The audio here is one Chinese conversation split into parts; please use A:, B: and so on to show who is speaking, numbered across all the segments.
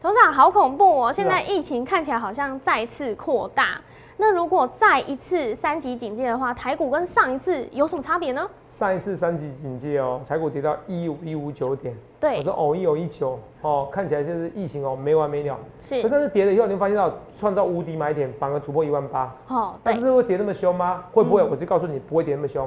A: 董事长好恐怖
B: 啊
A: 哦！现在疫情看起来好像再次扩大。那如果再一次三级警戒的话，台股跟上一次有什么差别呢？
B: 上一次三级警戒哦，台股跌到一五一五九点，我
A: 对，
B: 说哦一有一九哦，看起来就是疫情哦没完没了。可
A: 是
B: 是但是跌了以后，你会发现到创造无敌买点，反而突破一万八。
A: 哦，
B: 但
A: 对，嗯
B: 是会跌那么凶吗？会不会？我就告诉你，不会跌那么凶。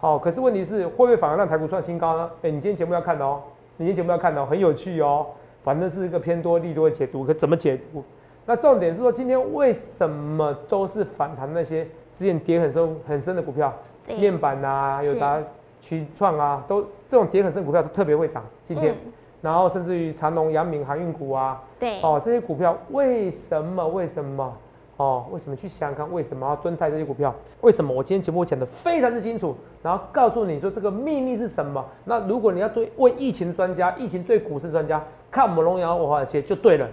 B: 好、可是问题是，会不会反而让台股创新高呢？哎、你今天节目要看哦，你今天节目要看哦，很有趣哦。反正是一个偏多利多的解读，可怎么解读？那重点是说，今天为什么都是反弹那些之前跌很深很深的股票，
A: 对，
B: 面板啊、
A: 是
B: 友达、群创啊，都这种跌很深的股票都特别会涨。今天，
A: 嗯
B: 然后甚至于长隆、阳明航运股啊，
A: 对，
B: 哦，这些股票为什么？为什么？哦，为什么去想想看？为什么要蹲泰这些股票？为什么？我今天节目我讲的非常之清楚，然后告诉你说这个秘密是什么。那如果你要对问疫情专家、疫情对股市专家，看我们龙阳华尔街就对了。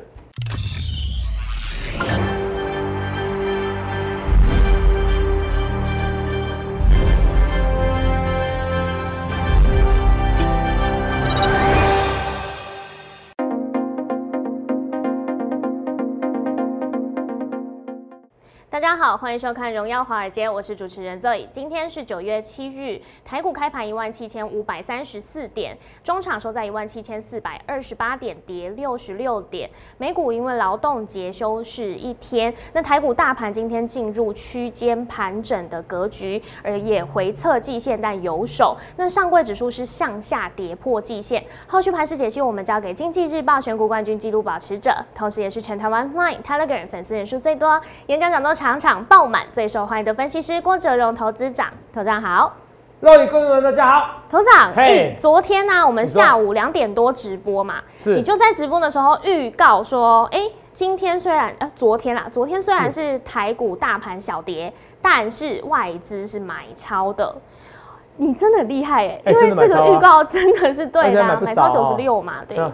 A: 大家好，欢迎收看《荣耀华尔街》，我是主持人 Zoe。今天是九月七日，台股开盘一万七千五百三十四点，中场收在一万七千四百二十八点，跌六十六点。美股因为劳动节休市一天，那台股大盘今天进入区间盘整的格局，而也回测季线，但有手。那上柜指数是向下跌破季线。后续盘势解析，我们交给《经济日报》选股冠军纪录保持者，同时也是全台湾 Line、Telegram 粉丝人数最多、演讲讲座场场爆满、最受欢迎的分析师郭哲荣投资长。投资长好。
B: 各位观众们，大家好。
A: 头长，
B: 嘿
A: 哎、昨天呢、我们
B: 你说
A: 下午两点多直播嘛，
B: 是
A: 你就在直播的时候预告说，哎、今天虽然呃，昨天啦，昨天虽然是台股大盘小跌，但是外资是买超的。你真的厉害哎、
B: 哎
A: 因为
B: 真的
A: 这
B: 买超啊
A: 个预告真的是对的、
B: 而且还买不
A: 买
B: 少
A: 超
B: 哦
A: 九十六嘛，对，
B: 嗯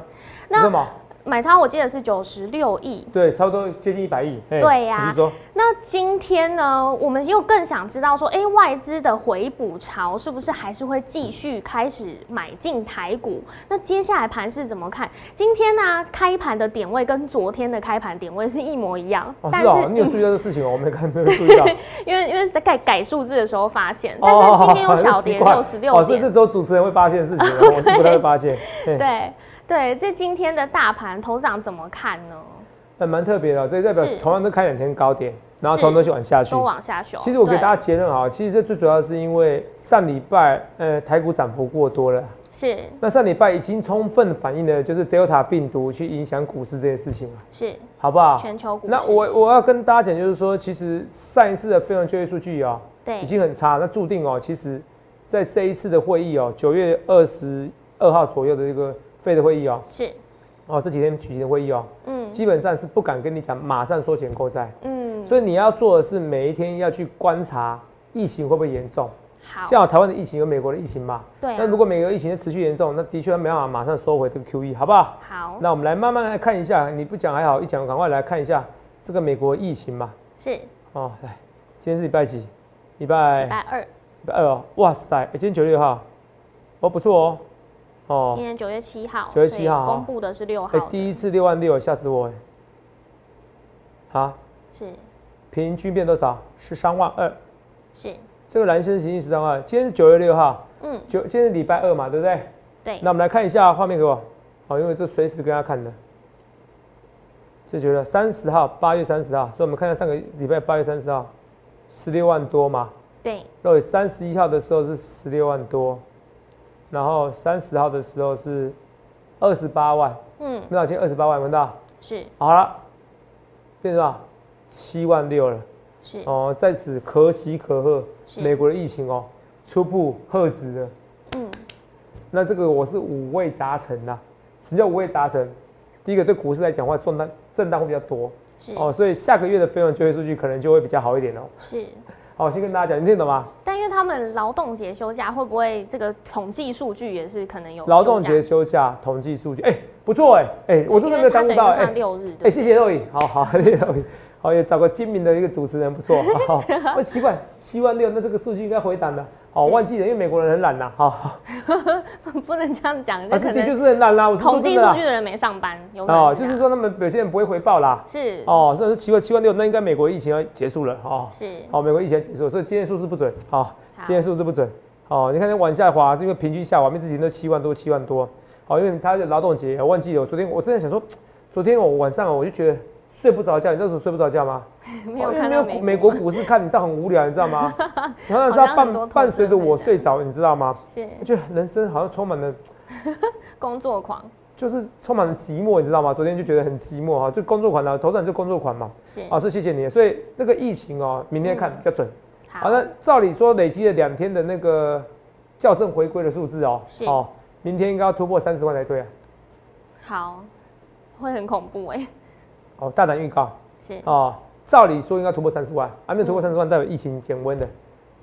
A: 那
B: 那么
A: 买超我记得是九十六亿。
B: 对，差不多接近一百亿。嘿
A: 对呀
B: 你是说
A: 那今天呢，我们又更想知道说，哎、外资的回补潮是不是还是会继续开始买进台股？那接下来盘势怎么看？今天呢、开盘的点位跟昨天的开盘点位是一模一样，
B: 哦，
A: 但
B: 是
A: 是、嗯
B: 哦，你有注意到这个事情哦？我没看，没有注意到。
A: 因为因为在改改数字的时候发现，但是今 天又小跌六十
B: 哦，
A: 六
B: 所以
A: 点，
B: 这只有主持人会发现的事情哦， 我是不太会发现。嘿
A: 对对，这今天的大盘头涨怎么看呢？
B: 还蛮特别的哦，这代表
A: 是
B: 同样都开两天高点，然后
A: 是
B: 同样都是往下去
A: 都。往下修。
B: 其实我给
A: 对
B: 大家结论啊，其实这最主要是因为上礼拜呃台股涨幅过多了，
A: 是
B: 那上礼拜已经充分反映了就是 Delta 病毒去影响股市这件事情了，
A: 是
B: 好不好？
A: 全球股市，
B: 那我我要跟大家讲，就是说，其实上一次的非农就业数据哦，
A: 对
B: 已经很差，那注定哦，其实在这一次的会议哦，九月二十二号左右的这个费的会议哦，
A: 是
B: 哦这几天举行的会议哦，
A: 嗯
B: 基本上是不敢跟你讲马上缩减购债，
A: 嗯
B: 所以你要做的是每一天要去观察疫情会不会严重。
A: 好
B: 像台湾的疫情有美国的疫情嘛，
A: 对啊
B: 那如果美国疫情持续严重，那的确没办法马上收回这个 QE，好不好？
A: 好
B: 那我们来慢慢来看一下，你不讲还好，一讲赶快来看一下这个美国疫情嘛。
A: 是礼
B: 哦，来，今天是礼拜几？礼拜
A: 拜二，
B: 礼拜二哦。哇塞，诶今天九月六号，哦不错哦，哦
A: 今，天九月七号，
B: 9月7号
A: 所以公布的是六
B: 诶
A: 号的，
B: 第一次六万六，吓死我哎！好，
A: 是
B: 平均变多少？十三万二。
A: 是，
B: 这个蓝先行十三万，今天是九月六号，
A: 嗯，
B: 九今天是礼拜二嘛，对不对？
A: 对
B: 那，我们来看一下画面给我，好，因为这随时跟他看的。这觉得三十号，八月三十号，所以我们看一下上个礼拜八月三十号，十六万多嘛，
A: 对，
B: 然后三十一号的时候是十六万多，然后三十号的时候是二十八万，
A: 嗯，
B: 那今天二十八万，有没有看到？
A: 是
B: 好了，变成多少？七万六了。
A: 是
B: 哦，在此可喜可贺，
A: 是
B: 美国的疫情哦，初步遏止了。
A: 嗯，
B: 那这个我是五味杂陈呐、什么叫五味杂陈？第一个对股市来讲的话，震荡震荡会比较多
A: 是
B: 哦，所以下个月的非农就业数据可能就会比较好一点哦。
A: 是，
B: 好，我先跟大家讲，你听懂吗？
A: 但因为他们劳动节休假，会不会这个统计数据也是可能有
B: 劳动
A: 休
B: 节
A: 假？
B: 休假统计数据，哎、不错哎、哎、我真的没有
A: 因为它
B: 耽误
A: 等于
B: 到
A: 就
B: 哎。
A: 算六日，
B: 哎、
A: 对，
B: 谢谢肉影，好好，谢谢肉影。好，也找个精明的一个主持人，不错。好， 我奇怪，七万六，那这个数据应该回档了。哦，
A: 是
B: 忘记了，因为美国人很懒呐。哈，
A: 不能这样讲，
B: 啊，
A: 这
B: 是
A: 可
B: 的，就
A: 能
B: 是很懒啦。我是说
A: 统计
B: 真的
A: 数
B: 啦
A: 据的人没上班，有可能
B: 哦，
A: 这
B: 就
A: 样
B: 是说他们有些人不会回报啦。
A: 啊是
B: 哦，所以说奇怪，七万六，那应该美国疫情要结束了。哦，
A: 是
B: 好，美国疫情要结束了，所以今天数字不准。好，
A: 好
B: 今天数字不准。好，你看它往下滑，是因为平均下滑，每之前都七万多，七万多。好，因为它的劳动节，我忘记了。我昨天我真的想说，昨天我晚上我就觉得睡不着觉，你那时候睡不着觉吗？哦
A: 没有
B: 因为
A: 看到美
B: 美国股市看，你知道很无聊，你知 道吗？然后那时
A: 好
B: 候
A: 像很多投
B: 伴
A: 资
B: 伴随着我
A: 会
B: 睡着，你知道吗？
A: 是
B: 我觉得人生好像充满了，
A: 工作狂
B: 就是充满了寂寞，你知道吗？昨天就觉得很寂寞哈，就工作款啦，头短就工作款嘛。
A: 是
B: 啊，是谢谢你。所以那个疫情哦，明天
A: 嗯
B: 看比较准。好，
A: 好
B: 那照理说累积了两天的那个校正回归的数字哦
A: 是，
B: 哦，明天应该要突破三十万才对啊。
A: 好会很恐怖哎，
B: 哦，大胆预告
A: 是
B: 哦，照理说应该突破三十万，还、没有突破三十万，代表疫情减温的，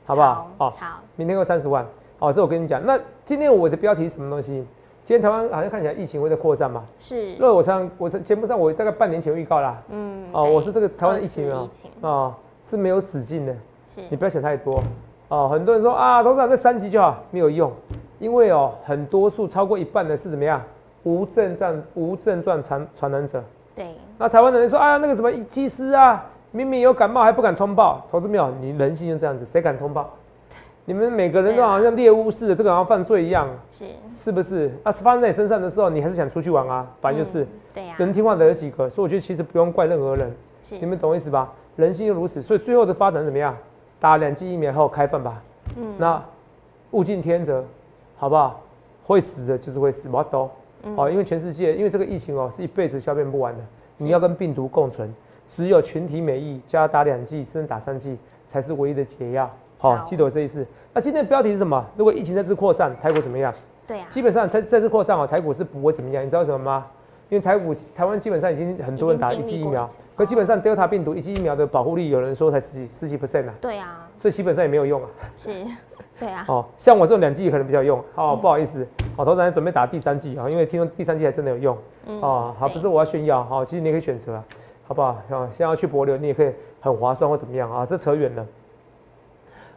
B: 好不好？哦，
A: 好
B: 明天够三十万。哦，这我跟你讲。那今天我的标题是什么东西？今天台湾好像看起来疫情会在扩散嘛？
A: 是
B: 那我常我在节目上我大概半年前预告啦。
A: 嗯
B: 哦，
A: 对
B: 我说这个台湾的疫情
A: 二
B: 啊
A: 次疫情，
B: 哦是没有止境的，你
A: 是
B: 不要想太多。哦，很多人说啊，董事长这三级就好，没有用，因为哦，很多数超过一半的是怎么样？无症状无症状传传染者。
A: 对
B: 那台湾的人说啊，那个什么技师啊，明明有感冒还不敢通报，投资没有，你人性就这样子，谁敢通报？你们每个人都好像猎巫似的，这个好像犯罪一样，
A: 是
B: 是不是？啊，发生在你身上的时候，你还是想出去玩啊，反正就是、
A: 嗯对呀
B: 人听话的有几个，所以我觉得其实不用怪任何人，
A: 是
B: 你们懂我意思吧？人性就如此，所以最后的发展怎么样？打两剂疫苗后开放吧，
A: 嗯
B: 那物竞天择，好不好？会死的就是会死，我懂。
A: 嗯
B: 哦，因为全世界，因为这个疫情哦，是一辈子消灭不完的。你要跟病毒共存，只有群体免疫加打两剂，甚至打三剂，才是唯一的解药。好、
A: 好
B: 记得我这一次。那今天的标题是什么？如果疫情再次扩散，台股怎么样？
A: 对啊呀
B: 基本上它这次扩散哦，台股是不会怎么样，你知道为什么吗？因为台股台湾基本上已经很多人打
A: 已经
B: 一
A: 经历
B: 剂疫
A: 过
B: 苗
A: 一次，
B: 可基本上 Delta 病毒一剂疫苗的保护力，有人说才十几十几 percent 啊，
A: 对呀
B: 所以基本上也没有用啊。
A: 是 对啊呀
B: 哦，像我这种两剂可能比较用。哦，不好意思，哦，头还准备打第三剂啊、因为听说第三剂还真的有用。
A: 嗯
B: 哦，好，
A: 对
B: 不是我要炫耀，好、其实你也可以选择啊，好不好？哦，现在要去博流，你也可以很划算或怎么样啊、这扯远了。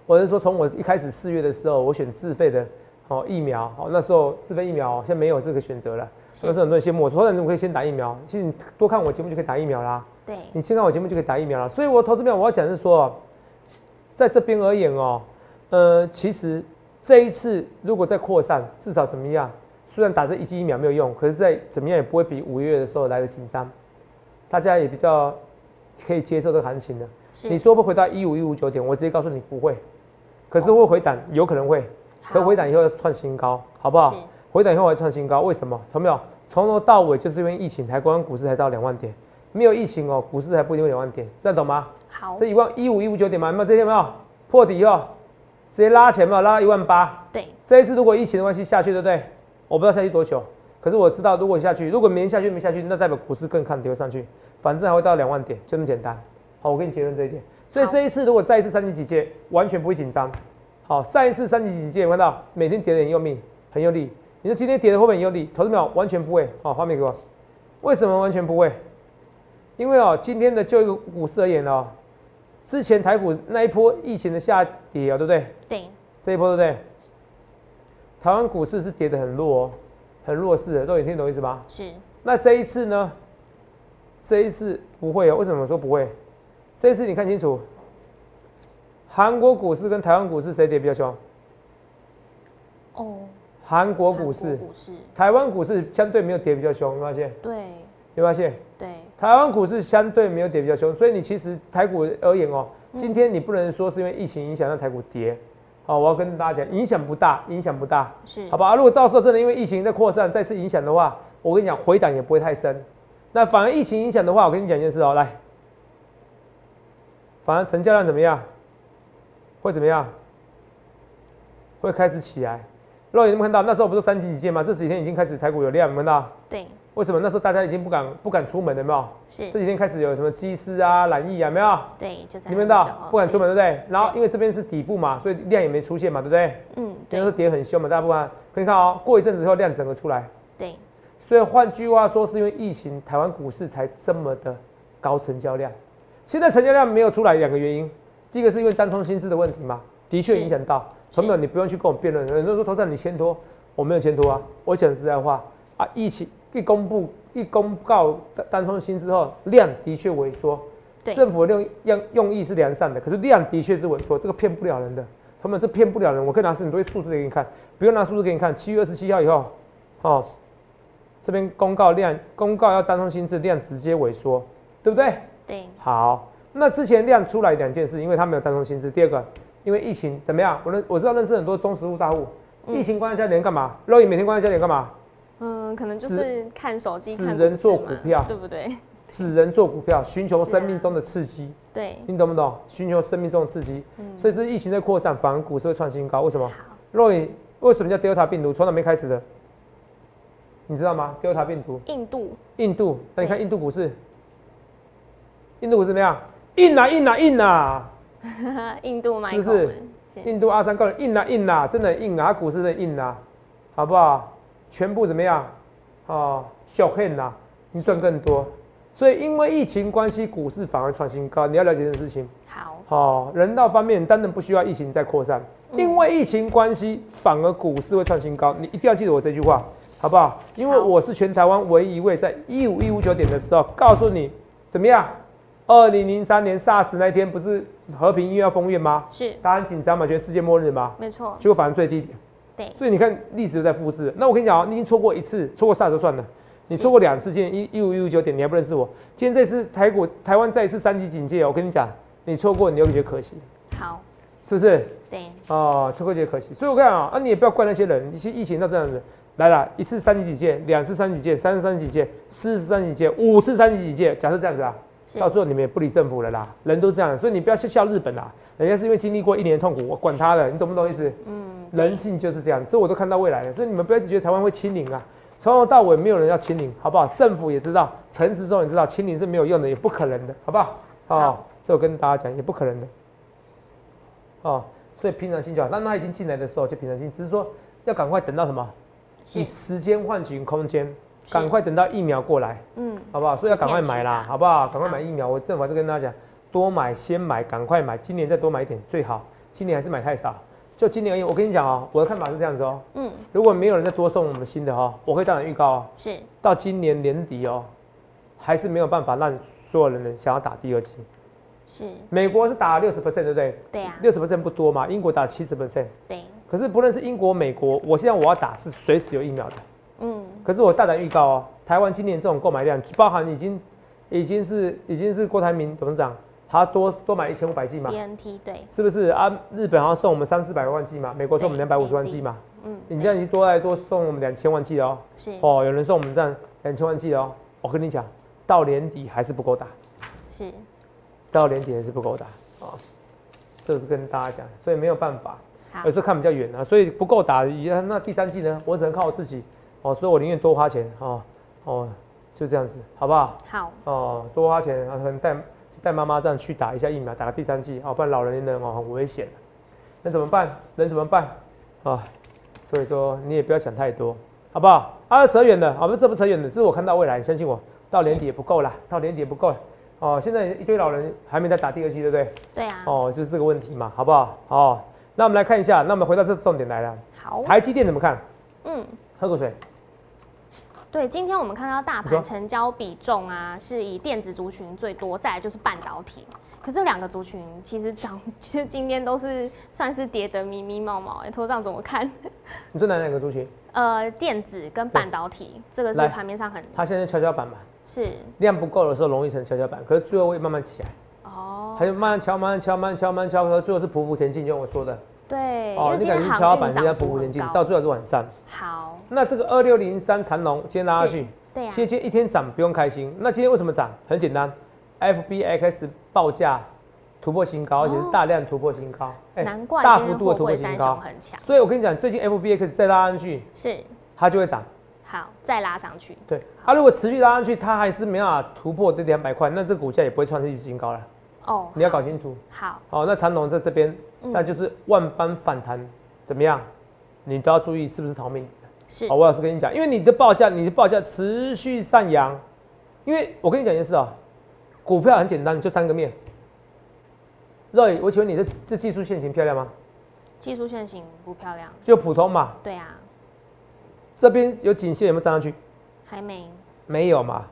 B: 我是说，从我一开始四月的时候，我选自费的哦疫苗，哦那时候自费疫苗、哦、现在没有这个选择了。
A: 是
B: 那时候很多人羡慕我说，那你怎么可以先打疫苗？其实你多看我节目就可以打疫苗啦。
A: 对
B: 你先看我节目就可以打疫苗了。所以我投资票我要讲的是说，在这边而言哦，呃，其实这一次如果再扩散，至少怎么样？虽然打这一剂疫苗没有用，可是再怎么样也不会比五月的时候来的紧张，大家也比较可以接受这个行情的。你
A: 是
B: 说会回到一五一五九点，我直接告诉你不会，可是会回档，有可能会，可
A: 好
B: 回档以后要创新高，好不好
A: 是？
B: 回档以后还创新高，为什么？同没有？从头到尾就是因为疫情，台湾股市才到两万点，没有疫情哦，股市还不一定会两万点，这样懂吗？
A: 好
B: 这一万一五一五九点嘛，有没有？这些有没有破底以后直接拉前嘛，拉到一万八。
A: 对
B: 这一次如果疫情的关系下去，对不对？我不知道下去多久，可是我知道如果下去，如果明天下去没下去，那代表股市更看跌上去，反正还会到两万点，就这么简单。好，我跟你结论这一点。所以
A: 好
B: 这一次如果再一次三级警戒，完全不会紧张。好，上一次三级警戒有没有看到每天跌的很用力，很用力。你说今天跌的会不会很用力？投资秒完全不会。好，画面给我。为什么完全不会？因为哦，今天的就一个股市而言哦，之前台股那一波疫情的下跌啊、哦，对不对？
A: 对
B: 这一波对不对？台湾股市是跌得很弱、哦，很弱势的，都你听懂意思吧？
A: 是
B: 那这一次呢？这一次不会哦，为什么说不会？这一次你看清楚，韩国股市跟台湾股市谁跌比较凶？
A: 哦
B: 韩国
A: 韩
B: 股市，
A: 国股市
B: 台湾股市相对没有跌比较凶，有没有发现？
A: 对
B: 有没有发现？
A: 对
B: 台湾股市相对没有跌比较凶，所以你其实台股而言哦，
A: 嗯
B: 今天你不能说是因为疫情影响让台股跌。好，我要跟大家讲，影响不大，影响不大，
A: 是
B: 好吧？啊如果到时候真的因为疫情在扩散再次影响的话，我跟你讲，回档也不会太深。那反而疫情影响的话，我跟你讲一件事哦，来，反而成交量怎么样？会怎么样？会开始起来。肉眼有没有看到？那时候不是三级警戒吗？这几天已经开始台股有量，有没有看到？
A: 对
B: 为什么那时候大家已经不敢不敢出门了？有没有？
A: 是
B: 这几天开始有什么机师啊、染疫啊，有没有？
A: 对就在
B: 你们
A: 那个
B: 到
A: 时候
B: 不敢出
A: 哦对
B: 门，对不对？然后因为这边是底部嘛，所以量也没出现嘛，对不对？
A: 嗯
B: 那时候
A: 对
B: 跌很凶嘛，大部分。可你看哦，过一阵子后量整个出来，
A: 对
B: 所以换句话说，是因为疫情，台湾股市才这么的高成交量。现在成交量没有出来，两个原因，第一个是因为单冲薪资的问题嘛，的确
A: 是
B: 影响到。
A: 是
B: 朋友，你不用去跟我辩论，很多人说头上你签多，我没有签多啊。我讲实在话啊，疫情一公布一公告单单冲薪之后，量的确萎缩。
A: 对
B: 政府的用用用意是良善的，可是量的确是萎缩，这个骗不了人的。他们这骗不了人，我可以拿出很多数字给你看，不用拿数字给你看。七月二十七号以后，哦，这边公告量公告要单冲薪资量直接萎缩，对不对？
A: 对，
B: 好，那之前量出来两件事，因为它没有单冲薪资。第二个，因为疫情怎么样？我认我知道认识很多中实物大户，
A: 嗯
B: 疫情关在家里面干嘛？肉眼每天关在家里面干嘛？
A: 嗯，可能就
B: 死
A: 是看手机、
B: 死
A: 看
B: 人做
A: 市嘛
B: 股票
A: 对不对？
B: 只能做股票，寻求
A: 是啊
B: 生命中的刺激，
A: 对，
B: 你懂不懂？寻求生命中的刺激，
A: 嗯，
B: 所以是疫情在扩散，反而股市会创新高。为什么？
A: 好，
B: 肉眼为什么叫 Delta 病毒？从哪边开始的？你知道吗？Delta 病毒，
A: 印度
B: 印度，那你看
A: 对
B: 印度股市，印度股市怎么样？硬啊硬啊硬啊！
A: 呃印度买
B: 是不是印度阿三高人硬啊硬啊，真的很硬啊，它股市真的硬啊，好不好？全部怎么样？哦，小恨呐、你赚更多。所以因为疫情关系，股市反而创新高。你要了解这件事情。
A: 好，
B: 哦，人道方面，当然不需要疫情再扩散，
A: 嗯
B: 因为疫情关系，反而股市会创新高。你一定要记得我这句话，好不好？因为
A: 好
B: 我是全台湾唯一一位在一五一五九点的时候告诉你怎么样。二零零三年 SARS 那一天不是和平医院要封院吗？
A: 是
B: 大家很紧张嘛，觉得世界末日嘛，
A: 没错，
B: 结果反而最低点。
A: 对，
B: 所以你看历史在复制。那我跟你讲啊，你已经错过一次，错过 SARS 就算了，你错过两次，今天一一五一五九点，你还不认识我。今天这次台股台湾再一次三级警戒哦，我跟你讲，你错过你又觉得可惜，
A: 好，
B: 是不是？
A: 对，
B: 哦，错过觉得可惜。所以我跟你讲啊，啊你也不要怪那些人，一些疫情到这样子。来了一次三级警戒，两次三级警戒，三次三级警戒，四次三级警戒，五次三级警戒。假设这样子啊，
A: 是
B: 到最后你们也不理政府了啦，人都这样，所以你不要去笑日本啦，人家是因为经历过一年的痛苦，我管他了，你懂不懂意思？
A: 嗯，
B: 人性就是这样，这我都看到未来了，所以你们不要一直觉得台湾会清零啊，从头到尾没有人要清零，好不好？政府也知道，陈时中也知道，清零是没有用的，也不可能的，好不好？哦
A: 好，
B: 这我跟大家讲，也不可能的。哦，所以平常心就好。当他已经进来的时候，就平常心，只是说要赶快等到什么？
A: 是，
B: 以时间换取空间，
A: 是
B: 赶快等到疫苗过来。
A: 嗯，
B: 好不好？所以要赶快买
A: 一定要
B: 啦
A: 去，打
B: 好不好？赶快买疫苗。我政府还是跟大家讲，多买先买，赶快买，今年再多买一点最好。今年还是买太少。就今年而言，我跟你讲哦，我的看法是这样子哦。
A: 嗯，
B: 如果没有人再多送我们新的哦，我会当然预告哦，
A: 是，
B: 到今年年底哦，还是没有办法让所有人想要打第二剂。
A: 是，
B: 美国是打六十 percent，对不对？
A: 对啊，
B: 六十 percent 不多嘛，英国打七十 percent。
A: 对，
B: 可是不论是英国、美国，我现在我要打是随时有疫苗的。
A: 嗯，
B: 可是我大胆预告哦，台湾今年这种购买量，包含已经已经是已经是郭台铭董事长，他多多买一千五百剂嘛
A: B，N T 对，
B: 是不是啊？日本好像送我们三四百万剂嘛，美国送我们两百
A: 对
B: 五十万剂嘛，
A: 嗯，
B: 你
A: 对
B: 这样已经多来多送我们两千万剂了哦。
A: 是
B: 哦，有人送我们这样两千万剂了哦。我跟你讲，到年底还是不够打，
A: 是，
B: 到年底还是不够打哦。这是跟大家讲，所以没有办法。
A: 好
B: 有，时候看比较远啊，所以不够打。也那第三季呢，我只能靠我自己哦，所以我宁愿多花钱哦哦，就这样子，好不好？
A: 好，
B: 哦，多花钱，啊，可能带带妈妈这样去打一下疫苗，打个第三季哦，不然老人人哦很危险。那怎么办？人怎么办啊、所以说你也不要想太多，好不好？啊，扯远了，啊，不，这不扯远了，这是我看到未来，你相信我，到年底也不够啦，到年底也不够了。哦，现在一堆老人还没在打第二季，对不对？
A: 对啊，
B: 哦，就是这个问题嘛，好不好？哦，那我们来看一下，那我们回到这重点来了，
A: 好，
B: 台积电怎么看？
A: 嗯。
B: 喝口水。
A: 对，今天我们看到大
B: 你说
A: 盘成交比重啊，是以电子族群最多，再来就是半导体。可这两个族群其实涨，其实今天都是算是跌得迷迷毛毛、欸。头上怎么看？
B: 你说哪两个族群？
A: 呃，电子跟半导体，这个是
B: 来
A: 盘面上很
B: 它现在跷跷板嘛，
A: 是
B: 量不够的时候容易成跷跷板，可是最后会慢慢起来，
A: 哦，
B: 它就慢慢敲，慢慢敲，慢慢敲，慢慢敲，然后最后是匍匐前进，就像我说的，
A: 对，因为
B: 你
A: 今
B: 感
A: 天
B: 哦觉是跷跷
A: 航
B: 板，
A: 运
B: 人家
A: 涨
B: 匍
A: 幅
B: 匐前
A: 很
B: 进，
A: 高
B: 到。最后是往上。
A: 好，
B: 那这个二六零三长龙今天拉下
A: 是
B: 去，
A: 对啊呀、
B: 其实今天一天涨不用开心。那今天为什么涨？很简单，FBX 报价突破新高，而且是大量突破新高，哎
A: 哦难怪
B: 大
A: 今
B: 幅
A: 天
B: 度
A: 货
B: 的突
A: 柜
B: 破新
A: 三
B: 高
A: 雄。很强，
B: 所以我跟你讲，最近 FBX 再拉上去，
A: 是
B: 它就会涨。
A: 好，再拉上去，
B: 对，啊，如果持续拉上去，它还是没办法突破这两百块，那这股价也不会创历史新高了。
A: 哦，
B: 你要搞清楚。
A: 好，
B: 好，那长龙在这边，
A: 嗯
B: 那就是万般反弹，怎么样？你都要注意是不是逃命。
A: 是
B: 好，，我老实跟你讲，因为你的报价，你的报价持续上扬，因为我跟你讲一件事啊、股票很简单，就三个面。瑞，我请问你这这技术线型漂亮吗？
A: 技术线型不漂亮，
B: 就普通嘛，
A: 对啊，
B: 这边有颈线有没有站上去？
A: 还没，
B: 没有嘛，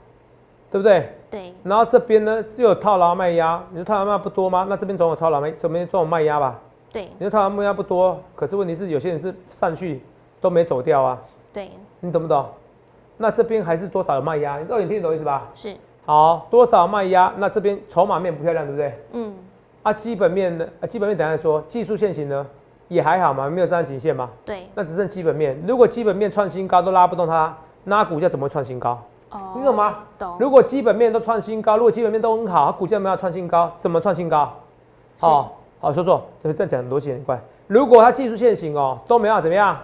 B: 对不对？
A: 对，
B: 然后这边呢，只有套牢卖压，你说套牢卖压不多吗？那这边总有套牢卖，这边总有卖压吧？
A: 对，
B: 你说套牢卖压不多，可是问题是有些人是上去都没走掉啊，
A: 对，
B: 你懂不懂？那这边还是多少有卖压，你肉眼听得懂意思吧？
A: 是，
B: 好，多少卖压？那这边筹码面不漂亮，对不对？
A: 嗯，
B: 啊，基本面呢？啊，基本面等一下说，技术线型呢也还好嘛，没有站上颈线嘛，
A: 对，
B: 那只剩基本面。如果基本面创新高都拉不动它，那股价怎么会创新高？
A: 哦
B: 你懂吗？
A: 懂，
B: 如果基本面都创新高，如果基本面都很好，股价没有创新高，怎么创新高？
A: 是
B: 哦，好，说说，这这样讲逻辑很怪。如果它技术线型哦都没有怎么样，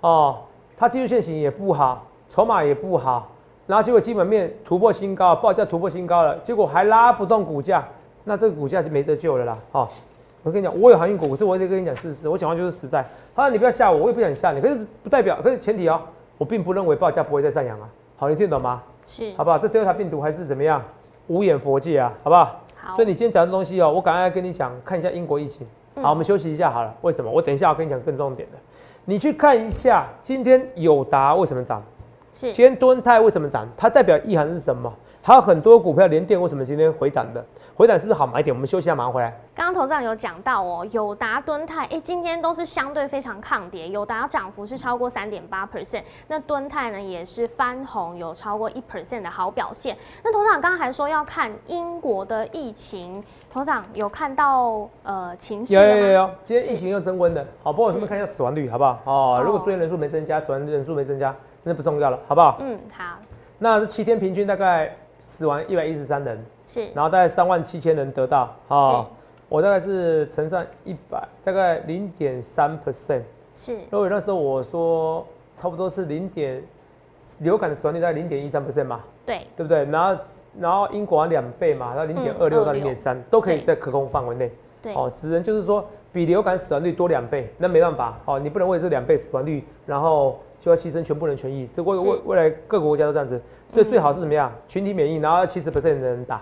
B: 哦，它技术线型也不好，筹码也不好，然后结果基本面突破新高，报价突破新高了，结果还拉不动股价，那这个股价就没得救了啦。哦，我跟你讲，我有航运股，可是我得跟你讲事实，我讲话就是实在。当然你不要吓我，我也不想吓你，可是不代表，可是前提哦，我并不认为报价不会再上扬啊。好，你听得懂吗？
A: 是，
B: 好不好？这 Delta 病毒还是怎么样？无眼佛界啊，好不好？
A: 好
B: 所以你今天讲的东西哦，我赶快跟你讲，看一下英国疫情。
A: 嗯
B: 好，我们休息一下好了。为什么？我等一下要跟你讲更重点的。你去看一下，今天友达为什么涨？
A: 是，
B: 今天敦泰为什么涨？它代表意涵是什么？还有很多股票连电为什么今天回档的？回档是不是好买点？我们休息一下，马上回来。
A: 刚刚头上有讲到哦，友达、敦泰，哎，今天都是相对非常抗跌，友达涨幅是超过三点八 percent，那敦泰呢也是翻红，有超过一 percent 的好表现。那头长刚刚还说要看英国的疫情，头长有看到呃情势
B: 有
A: 了
B: 有有
A: 吗？
B: 有，今天疫情又增温了，好，不过我们
A: 是
B: 看一下死亡率，好不好？哦
A: 哦，
B: 如果住院人数没增加，死亡人数没增加，那不重要了，好不好？
A: 嗯，好，
B: 那七天平均大概死亡一百一十三人，
A: 是
B: 然后大概三万七千人得到，哦，我大概是乘上一百，大概零点三 percent。
A: 是
B: 因为那时候我说差不多是零点，流感的死亡率大概零点一三 percent 嘛，
A: 对，
B: 对不对？然后然后英国两倍嘛，到零点二六到零点三都可以在可控范围内。
A: 对，
B: 哦，只能就是说比流感死亡率多两倍，那没办法，哦，你不能为这两倍死亡率，然后就要牺牲全部人权益，这未
A: 是嗯
B: 未未来各个国家都这样子，所以最好是怎么样，群体免疫，然后七十 percent 的人打，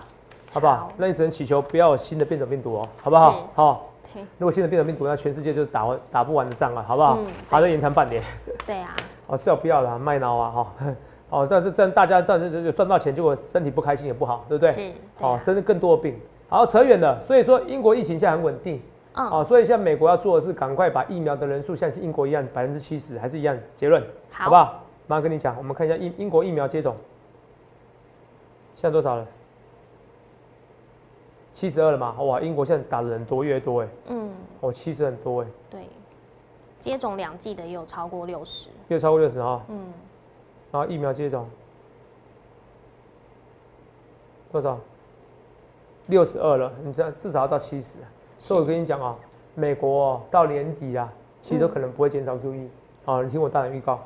B: 好不好？
A: 好
B: 那你只能祈求不要有新的变种病毒哦，好不好？好、
A: 对，
B: 如果新的变种病毒，那全世界就是打完打不完的仗了，好不好？
A: 嗯
B: 好，再延长半年，
A: 对啊，
B: 哦，最好不要了，卖脑啊，哈、哦，但是这样大家但是就赚到钱，结果身体不开心也不好，对不对？
A: 是，
B: 哦，
A: 对啊
B: 甚至更多的病。好，扯远了。所以说，英国疫情现在很稳定，
A: 啊，嗯，
B: 哦，所以现在美国要做的是赶快把疫苗的人数像英国一样百分之七十，还是一样结论，好不
A: 好，
B: 好？马上跟你讲，我们看一下英英国疫苗接种，现在多少了？七十二了嘛？哇，英国现在打的人多越多哎，
A: 嗯，
B: 哦，七十很多哎，
A: 对，接种两剂的也有超过六十，
B: 越超过六十哦哈。
A: 嗯，
B: 然后疫苗接种多少？六十二了，你知道至少要到七十。所以我
A: 是
B: 跟你讲啊、美国、哦、到年底啊，其
A: 嗯
B: 实都可能不会减少 QE 啊、你听我大胆预告。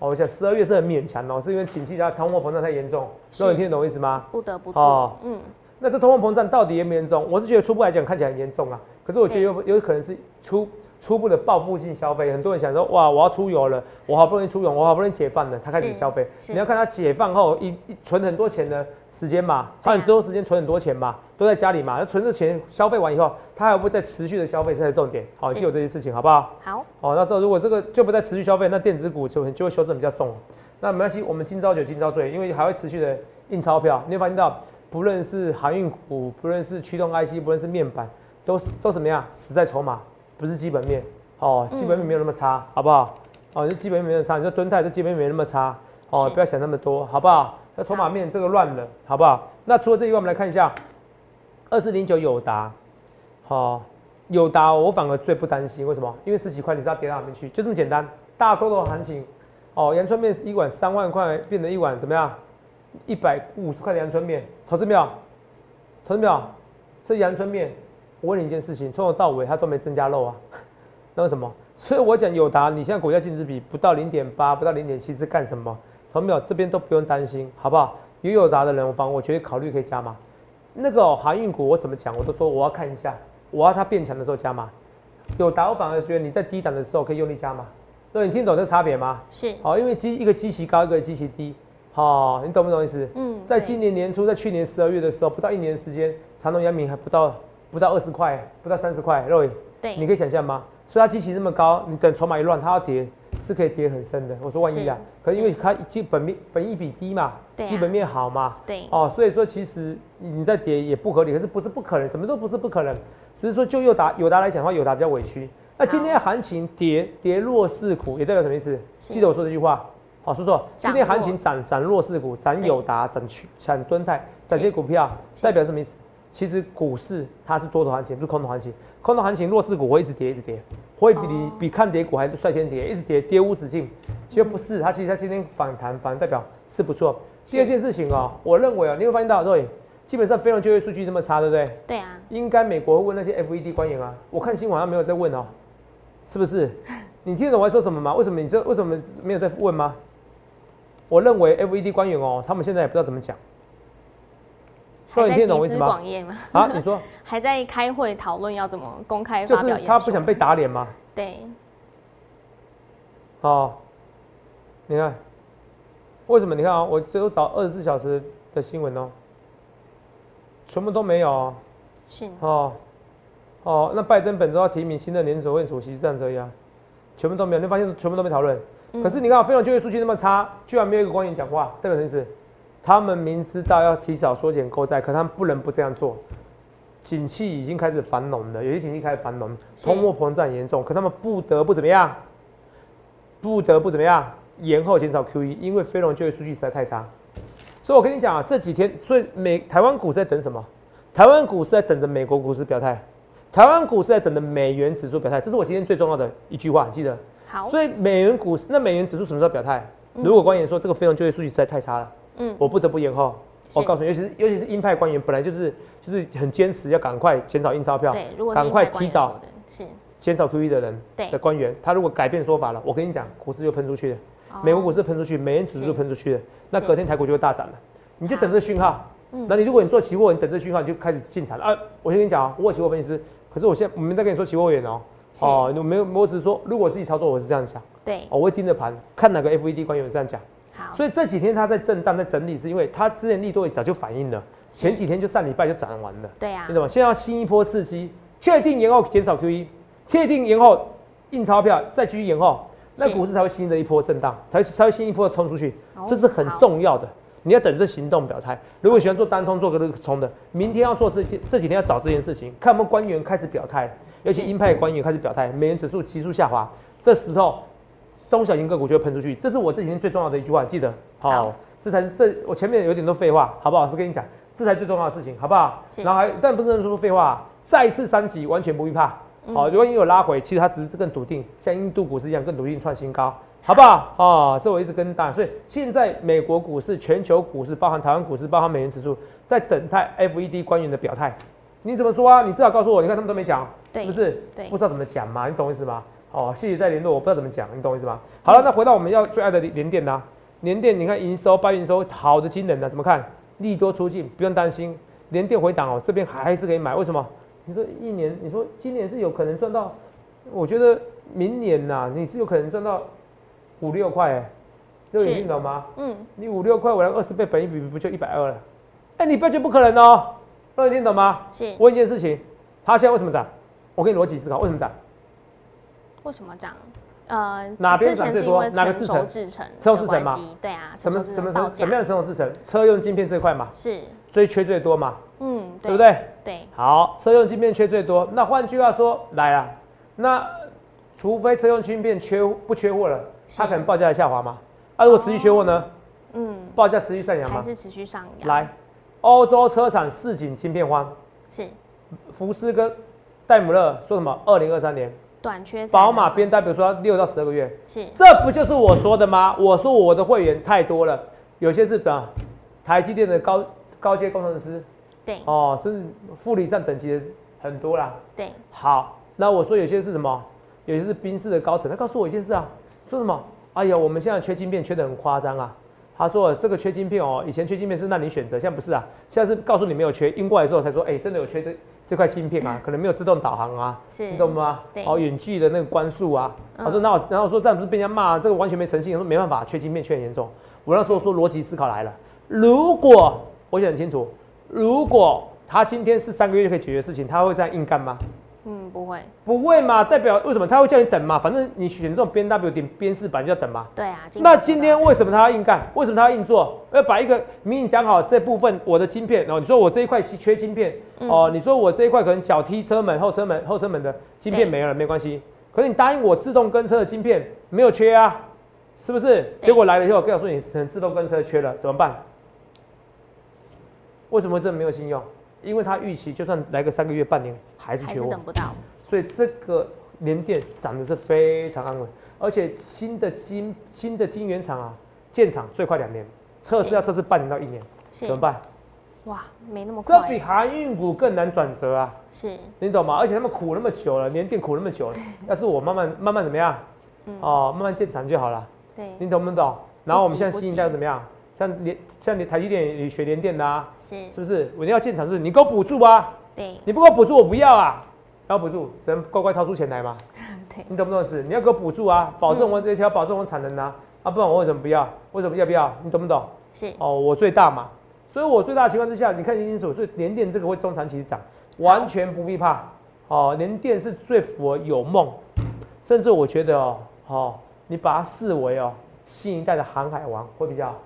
B: 哦，我想十二月是很勉强哦，是因为景气它通货膨胀太严重。
A: 是
B: 那你听得懂我意思吗？
A: 不得不
B: 哦
A: 做，嗯，
B: 那这通货膨胀到底严不严重？我是觉得初步来讲看起来很严重啊，可是我觉得有有可能是初初步的报复性消费，很多人想说哇，我要出游了，我好不容易出游，我好不容易解放了，他开始
A: 是
B: 消费。
A: 是
B: 你要看他解放后一一存很多钱的时间嘛，
A: 对啊
B: 他很多时间存很多钱嘛，都在家里嘛，那存这钱消费完以后，他还会不会再持续的消费，这才是重点。好，
A: 是
B: 记有这些事情好不好？
A: 好，
B: 哦，那到如果这个就不再持续消费，那电子股就就会修正比较重。那没关系，我们今朝有今朝醉，因为还会持续的印钞票。你会发现到，不论是航运股，不论是驱动 IC，不论是面板，都是都怎么样，死在筹码，不是基本面。哦，基本面没有那么差，好不好？哦，这基本面没有那么差，你说蹲泰这基本面没那么差，哦，
A: 是
B: 不要想那么多，好不好？那筹码面这个乱了，好不好？那除了这以外，我们来看一下二四零九友达，好、友达我反而最不担心，为什么？因为十几块你是要跌到哪边去，就这么简单。大多头行情，哦，阳春面是一碗三万块变成一碗怎么样？一百五十块的阳春面，投资没有？投资没有？这阳春面，我问你一件事情，从头到尾它都没增加肉啊，那为什么？所以我讲友达，你现在股价净值比不到零点八，不到零点七是干什么？投没有？这边都不用担心，好不好？有友达的人，我反而我觉得考虑可以加码。那个、哦、航运股我怎么讲，我都说我要看一下，我要它变强的时候加码。友达我反而觉得你在低档的时候可以用力加码。那你听懂这差别吗？
A: 是，
B: 好，因为基一个基期高，一个基期低。哦，你懂不懂意思？
A: 嗯，
B: 在
A: 对
B: 今年年初，在去年十二月的时候，不到一年时间，长隆、阳明还不到不到二十块，不到三十块，肉眼
A: 对，
B: 你可以想象吗？所以它基期那么高，你等筹码一乱，它要跌是可以跌很深的。我说万一啊，
A: 是
B: 可是因为
A: 是
B: 它基本面本益比低嘛，
A: 对啊
B: 基本面好嘛，
A: 对
B: 哦，所以说其实你在跌也不合理，可是不是不可能，什么都不是不可能，只是说就友达友达来讲的话，友达比较委屈。那今天行情跌跌弱势股，也代表什么意思？
A: 是
B: 记得我说这句话。哦好，叔叔，今天行情涨涨弱势股，涨
A: 对
B: 友达、涨去涨敦泰，涨这些股票，
A: 是
B: 代表什么意思？其实股市它是多头行情，不是空头行情。空头行情弱势股会一直跌，一直跌，会比你
A: 哦
B: 比看跌股还率先跌，一直跌，跌无止境。其实不是，它其实它今天反弹，反而代表是不错。
A: 是
B: 第二件事情哦，我认为哦，你会发现到，对，基本上非农就业数据这么差，对不对？
A: 对啊，
B: 应该美国会问那些 FED 官员啊，我看新闻好像没有在问哦，是 不是？你听得懂我在说什么吗？为什么你这为什么没有在问吗？我认为 FED 官员哦，他们现在也不知道怎么讲
A: 还在
B: 你听懂我
A: 集
B: 意思
A: 思
B: 吗
A: 广益嘛，
B: 啊。你说，
A: 还在开会讨论要怎么公开
B: 就
A: 发
B: 是
A: 表演
B: 他不
A: 说
B: 想被打脸嘛？
A: 对，
B: 哦，你看，为什么？你看啊、我只有找二十四小时的新闻哦，全部都没有哦。
A: 是
B: 哦，哦，那拜登本周要提名新的联储会主席这样子而已啊，全部都没有，你发现全部都没讨论。
A: 嗯
B: 可是你看，非农就业数据那么差，居然没有一个官员讲话，代表什么意思？他们明知道要提早缩减购债，可他们不能不这样做。景气已经开始繁荣了，有些景气开始繁荣，
A: 是
B: 通货膨胀严重，可他们不得不怎么样？不得不怎么样？延后减少 QE，因为非农就业数据实在太差。所以我跟你讲啊，这几天，所以美台湾股市在等什么？台湾股市在等着美国股市表态，台湾股市在等着美元指数表态，这是我今天最重要的一句话，记得。
A: 好，
B: 所以美元股市，那美元指数什么时候表态？如果官员说这个非农就业数据实在太差了，
A: 嗯，
B: 我不得不延后。
A: 是
B: 我告诉你，尤其是尤其是鹰派官员，本来就是就是很坚持要赶快减少印钞票，
A: 对，如果是
B: 赶
A: 另
B: 快
A: 外官
B: 提
A: 员
B: 早
A: 说的是
B: 减少 QE 的人
A: 对
B: 的官员，他如果改变说法了，我跟你讲，股市就喷出去了，美国股市喷出去，美元指数
A: 哦是
B: 就喷出去了，那
A: 是
B: 隔天台股就会大涨了。你就等这讯号
A: 嗯，
B: 那你如果你做期货，你等这讯号你就开始进场了。啊，我先跟你讲啊，我有期货分析师，可是我现在我们在跟你说期货员哦，
A: 是
B: 哦，我没有，我只是说，如果我自己操作，我是这样想。
A: 对，
B: 哦，我会盯着盘，看哪个 FED 官员有这样讲。
A: 好，
B: 所以这几天它在震荡，在整理，是因为它之前利多早就反应了，
A: 是
B: 前几天就上礼拜就涨完了，
A: 对啊
B: 你，懂吗？现在要新一波刺激，确定延后减少 QE，确定延后印钞票，再继续延后，那
A: 是
B: 股市才会新的一波震荡，才才会新一波冲出去
A: 哦，
B: 这是很重要的。你要等着行动表态。如果喜欢做单冲、做个日冲的，明天要做这件这几天要找这件事情，看我们官员开始表态了，尤其
A: 是
B: 鹰派官员开始表态，美元指数急速下滑，这时候中小型个股就会喷出去。这是我这几天最重要的一句话，记得好，
A: 好
B: 这才是这我前面有点多废话，好不好？老师跟你讲，这才最重要的事情，好不好？
A: 是
B: 然后还但不是说废话，再一次三级完全不必怕。
A: 嗯
B: 好、如果你有拉回，其实它只是更笃定，像印度股市一样更笃定创新高，好不好？哦，这我一直跟大家，所以现在美国股市、全球股市，包含台湾股市、包含美元指数，在等待 FED 官员的表态。你怎么说啊？你至少告诉我，你看他们都没讲，
A: 对
B: 是不是？
A: 对
B: 不知道怎么讲嘛，你懂我意思吗？哦，谢谢再联络，我不知道怎么讲，你懂我意思吗？好了，那回到我们要最爱的联电啦、联电你看营收、八月营收好的惊人呢、啊怎么看？利多出尽，不用担心。联电回档哦，这边还是可以买，为什么？你说一年，你说今年是有可能赚到，我觉得明年呐、你是有可能赚到五六块、欸，六
A: 是
B: 眼你懂吗？
A: 嗯，
B: 你五六块，我来二十倍本一比，不就一百二了？哎、你不要觉得不可能哦，各位听懂吗？
A: 是
B: 问一件事情，它现在为什么涨？我给你逻辑思考，为什么涨？
A: 为什么涨？呃，
B: 哪边
A: 之
B: 涨
A: 前
B: 最
A: 是因
B: 多
A: 为
B: 哪个
A: 成
B: 制
A: 熟
B: 程
A: 制成
B: 成
A: 的
B: 熟制程
A: 关
B: 嘛
A: 系？对啊，
B: 什
A: 成
B: 么
A: 熟制
B: 什么
A: 程报
B: 什么
A: 价
B: 样的成熟制成？车用晶片这块嘛，
A: 是？
B: 所以缺最多嘛，
A: 嗯，
B: 对不？对？
A: 对，
B: 好，车用晶片缺最多。那换句话说，来了，那除非车用晶片缺不缺货了，它
A: 是
B: 可能报价还下滑嘛？啊，如果持续缺货呢？
A: 嗯，
B: 报价持续上扬
A: 还
B: 吗？
A: 是持续上扬。
B: 来，欧洲车厂市井晶片荒，
A: 是
B: 福斯跟戴姆勒说什么？二零二三年，
A: 短缺才能，
B: 宝马编代表说六到十二个月，
A: 是
B: 这不就是我说的吗？我说我的会员太多了，有些是啊，台积电的高高阶工程师
A: 对
B: 哦，甚至副理上等级的很多啦。
A: 对
B: 好，那我说有些是什么？有些是宾士的高层，他告诉我一件事啊，说什么？哎呀，我们现在缺晶片缺得很夸张啊。他说这个缺晶片哦，以前缺晶片是让你选择，现在不是啊，现在是告诉你没有缺，运过来之后才说，哎、真的有缺这这块晶片啊，可能没有自动导航啊，
A: 是
B: 你懂吗
A: 对？
B: 哦，远距的那个关数啊，
A: 嗯
B: 我说那我然后说这样不是被人家骂，这个完全没诚信，我说没办法，缺晶片缺很严重。我那时候说逻辑思考来了，如果我想很清楚，如果他今天是三个月就可以解决事情，他会这样硬干吗？
A: 嗯，不会，
B: 不会嘛，代表为什么他会叫你等嘛？反正你选这种边 W 点边四版就要等嘛。
A: 对啊。
B: 那今天为什么他要硬干？为什么他要硬做？要把一个明明讲好这部分我的晶片，哦然后你说我这一块缺晶片
A: 嗯
B: 哦、你说我这一块可能脚踢车门、后车门、后车门的晶片
A: 对
B: 没有了，没关系。可是你答应我自动跟车的晶片没有缺啊，是不是？
A: 对
B: 结果来了以后，告诉你可能自动跟车缺了，怎么办？为什么这没有信用？因为他预期就算来个三个月、半年，还是
A: 还
B: 缺
A: 是
B: 货。
A: 等不到，
B: 所以这个联电涨的是非常安稳，而且新的晶新的晶圆厂啊，建厂最快两年，测试要测试半年到一年，
A: 是
B: 怎么办？
A: 哇，没那么
B: 这
A: 快，
B: 比航运股更难转折啊，
A: 是
B: 你懂吗？而且他们苦那么久了，联电苦那么久了，要是我慢慢慢慢怎么样
A: 嗯？
B: 哦，慢慢建厂就好了，
A: 对，
B: 你懂不懂？然后我们现在
A: 不急
B: 新一代怎么样？像联像联台积电也学联电的啊，
A: 是
B: 是不是？我一定要建厂就是你给我补助啊，
A: 对
B: 你不给我补助我不要啊，要补助只能乖乖掏出钱来嘛。
A: 对，嗯
B: 你懂不懂事？你要给我补助啊，保证我而且要保证我产能啊，啊，不然我为什么不要？为什么要不要？你懂不懂？
A: 是
B: 哦，我最大嘛，所以我最大的情况之下，你看清楚，所以联电这个会中长期涨，完全不必怕。哦，联电是最符合有梦，甚至我觉得哦，哦，你把它视为哦新一代的航海王会比较好。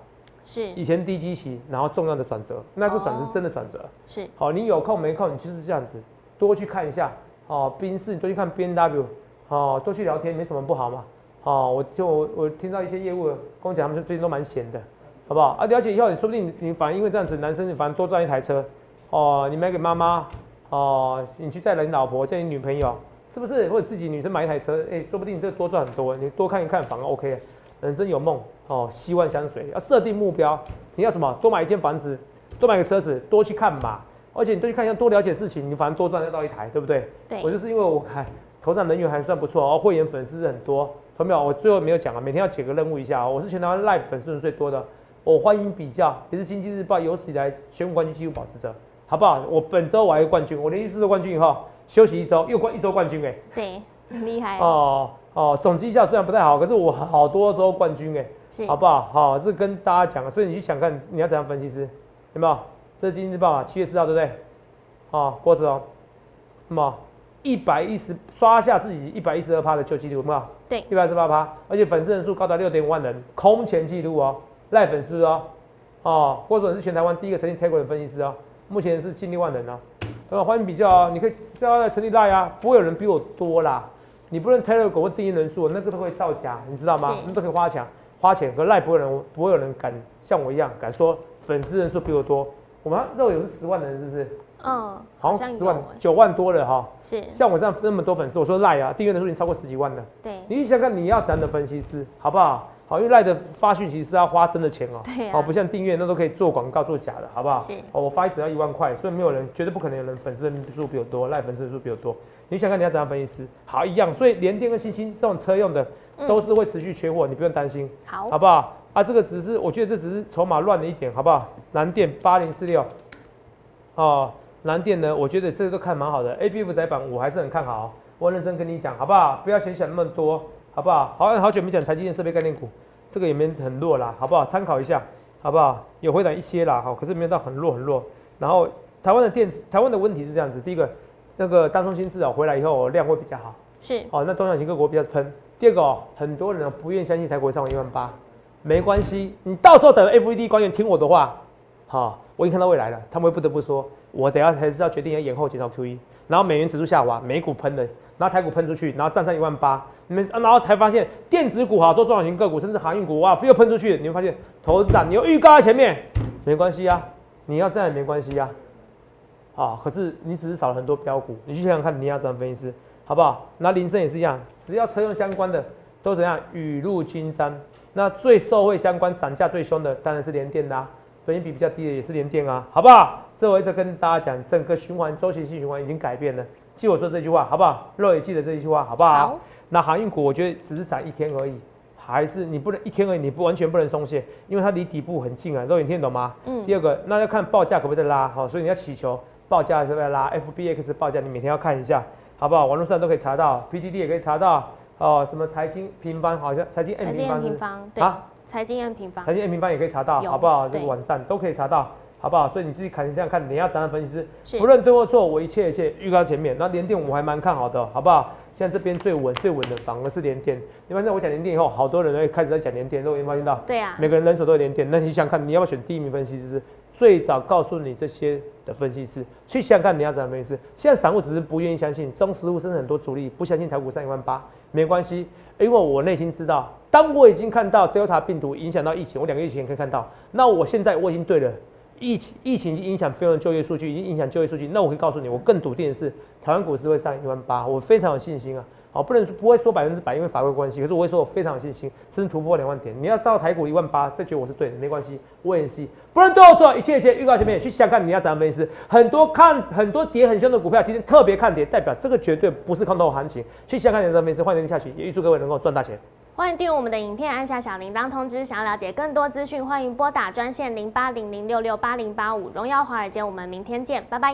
A: 是
B: 以前低基期，然后重要的转折，那这转折
A: 哦
B: 是真的转折。
A: 是，
B: 好，你有空没空，你就是这样子，多去看一下哦，宾士，你多去看 B N W，哦，多去聊天，没什么不好嘛。哦，我就我我听到一些业务跟我讲，他们最近都蛮闲的，好不好？啊，了解以后，你说不定你你反而因为这样子，男生你反而多赚一台车，哦，你买给妈妈，哦，你去载你老婆，载你女朋友，是不是？或者自己女生买一台车，哎、说不定你这多赚很多，你多看一看反而 OK 了。人生有梦哦，希望相随，要设定目标，你要什么？多买一间房子，多买个车子，多去看嘛。而且你多去看一下，多了解事情，你反正多赚得到一台，对不对？
A: 对
B: 我就是因为我还头上人员还算不错哦，会员粉丝很多。同秒我最后没有讲啊，每天要解个任务一下、哦。我是全台湾 live 粉丝人最多的，我欢迎比较，也是经济日报有史以来全国冠军纪录保持者，好不好？我本周我还是冠军，我连续四周冠军以后休息一周，又冠一周冠军哎、
A: 对，很厉害，
B: 哦哦，总绩效虽然不太好，可是我好多周冠军哎、
A: 是
B: 好不好？好、这跟大家讲，所以你去想看你要怎样分析师，有没有？这是《经济日报》啊，七月四号，对不对？哦，郭子哦，那么一百一十刷下自己一百一十二趴的旧纪录，有没有？
A: 对
B: 一百一十八趴，而且粉丝人数高达六点五万人，空前纪录哦，赖粉丝哦，哦，郭总是全台湾第一个成立 Telegram 的分析师哦，目前是近六万人哦。对吧？欢迎比较哦，你可以叫他成立赖啊，不会有人比我多啦。你不能 Telegram 或定义人数，那个都会造假，你知道吗
A: 是？
B: 那都可以花钱，花钱。可赖不会有人，不会有人敢像我一样敢说粉丝人数比我多。我们肉友是十万人，是不是？
A: 嗯，
B: 好像
A: 像
B: 十万
A: 有欸
B: 九万多了哈。
A: 是，
B: 像我这样那么多粉丝，我说赖啊，订阅人数已经超过十几万了。
A: 对
B: 你想想看，你要怎样的分析师，好不好？好，因为赖的发讯息是要花真的钱哦、
A: 对啊
B: 哦，不像订阅那都可以做广告做假的，好不好？
A: 是
B: 哦，我发一只要一万块，所以没有人，绝对不可能有人粉丝人数比我多，赖粉丝人数比我多。你想看你要怎样分析师？好，一样。所以联电跟星星这种车用的
A: 嗯
B: 都是会持续缺货，你不用担心，
A: 好
B: 好不好？啊，这个只是我觉得这只是筹码乱了一点，好不好？蓝电八零四六，哦，蓝电呢，我觉得这个都看蛮好的，A B F 窄板我还是很看好、我认真跟你讲，好不好？不要先想那么多，好不好？好像好久没讲台积电设备概念股，这个也没很弱啦，好不好？参考一下，好不好？有回档一些啦，好，可是没有到很弱很弱。然后台湾的电子，台湾的问题是这样子，第一个，那个大中芯制啊回来以后量会比较好，
A: 是，
B: 哦，那中小型个股比较喷。第二个、哦，很多人哦不愿意相信台股会上完一万八，没关系，你到时候等 FED 官员听我的话，好、我已经看到未来了，他们会不得不说，我等一下才知道决定要延后减少 QE，然后美元指数下滑，美股喷了，然后台股喷出去，然后站上一万八，你们、啊然后才发现电子股好多中小型个股，甚至航运股哇又喷出去，你会发现投资啊长你又预告在前面，没关系啊，你要这样也没关系啊，啊，可是你只是少了很多标股，你去想想看，你要怎样分析师，好不好？那铃声也是一样，只要车用相关的都怎样雨露均沾。那最受惠相关涨价最凶的当然是联电啦、本益比比较低的也是联电啊，好不好？这我一直跟大家讲，整个循环周期性循环已经改变了，记我说这句话好不好？肉也记得这一句话好不好？
A: 好
B: 那航运股我觉得只是涨一天而已，还是你不能一天而已，你不完全不能松懈，因为它离底部很近啊。肉眼听得懂吗？
A: 嗯
B: 第二个，那要看报价可不可以再拉，好、所以你要祈求报价是不是要拉，FBX 报价你每天要看一下，好不好？网络上都可以查到，PDD 也可以查到，哦，什么财经平方好像财经 M
A: 还是
B: 平方
A: 燕
B: 是
A: 平
B: 不是
A: 方，对，
B: 啊
A: 财财经 M 平方
B: 财经 M 平方也可以查到，
A: 有
B: 好不好？这
A: 对
B: 个网站都可以查到，好不好？所以你自己看一下看，你要怎样分析师，
A: 是
B: 不论对或错，我一切一切预告前面。那连电我还蛮看好的，好不好？现在这边最稳最稳的反而是连电。你发现我讲连电以后，好多人会开始在讲连电，都有没有发现到？
A: 对啊，
B: 每个人人手都有连电，那你想想看，你要不要选第一名分析师？最早告诉你这些的分析师，去想想看你要怎样分析师。现在散户只是不愿意相信，中实户甚至很多主力不相信台股上一万八，没关系，因为我内心知道，当我已经看到 Delta 病毒影响到疫情，我两个月前可以看到，那我现在我已经对了。疫情疫情已经影响非常就业数据，已经影响就业数据。那我可以告诉你，我更笃定的是，台湾股市会上一万八，我非常有信心啊。好，不能说不会说百分之百，因为法规关系，可是我会说我非常有信心，甚至突破两万点。你要到台股一万八，再觉得我是对的，没关系，我也是。不论对或错，一切一切预告前面去想看你要怎样分析师。很多看很多跌很凶的股票，今天特别看跌，代表这个绝对不是空头行情。去想看你要怎样分析师，欢迎下去，也预祝各位能够赚大钱。
A: 欢迎订阅我们的影片，按下小铃铛通知。想要了解更多资讯，欢迎拨打专线零八零零六六八零八五。荣耀华尔街，我们明天见，拜拜。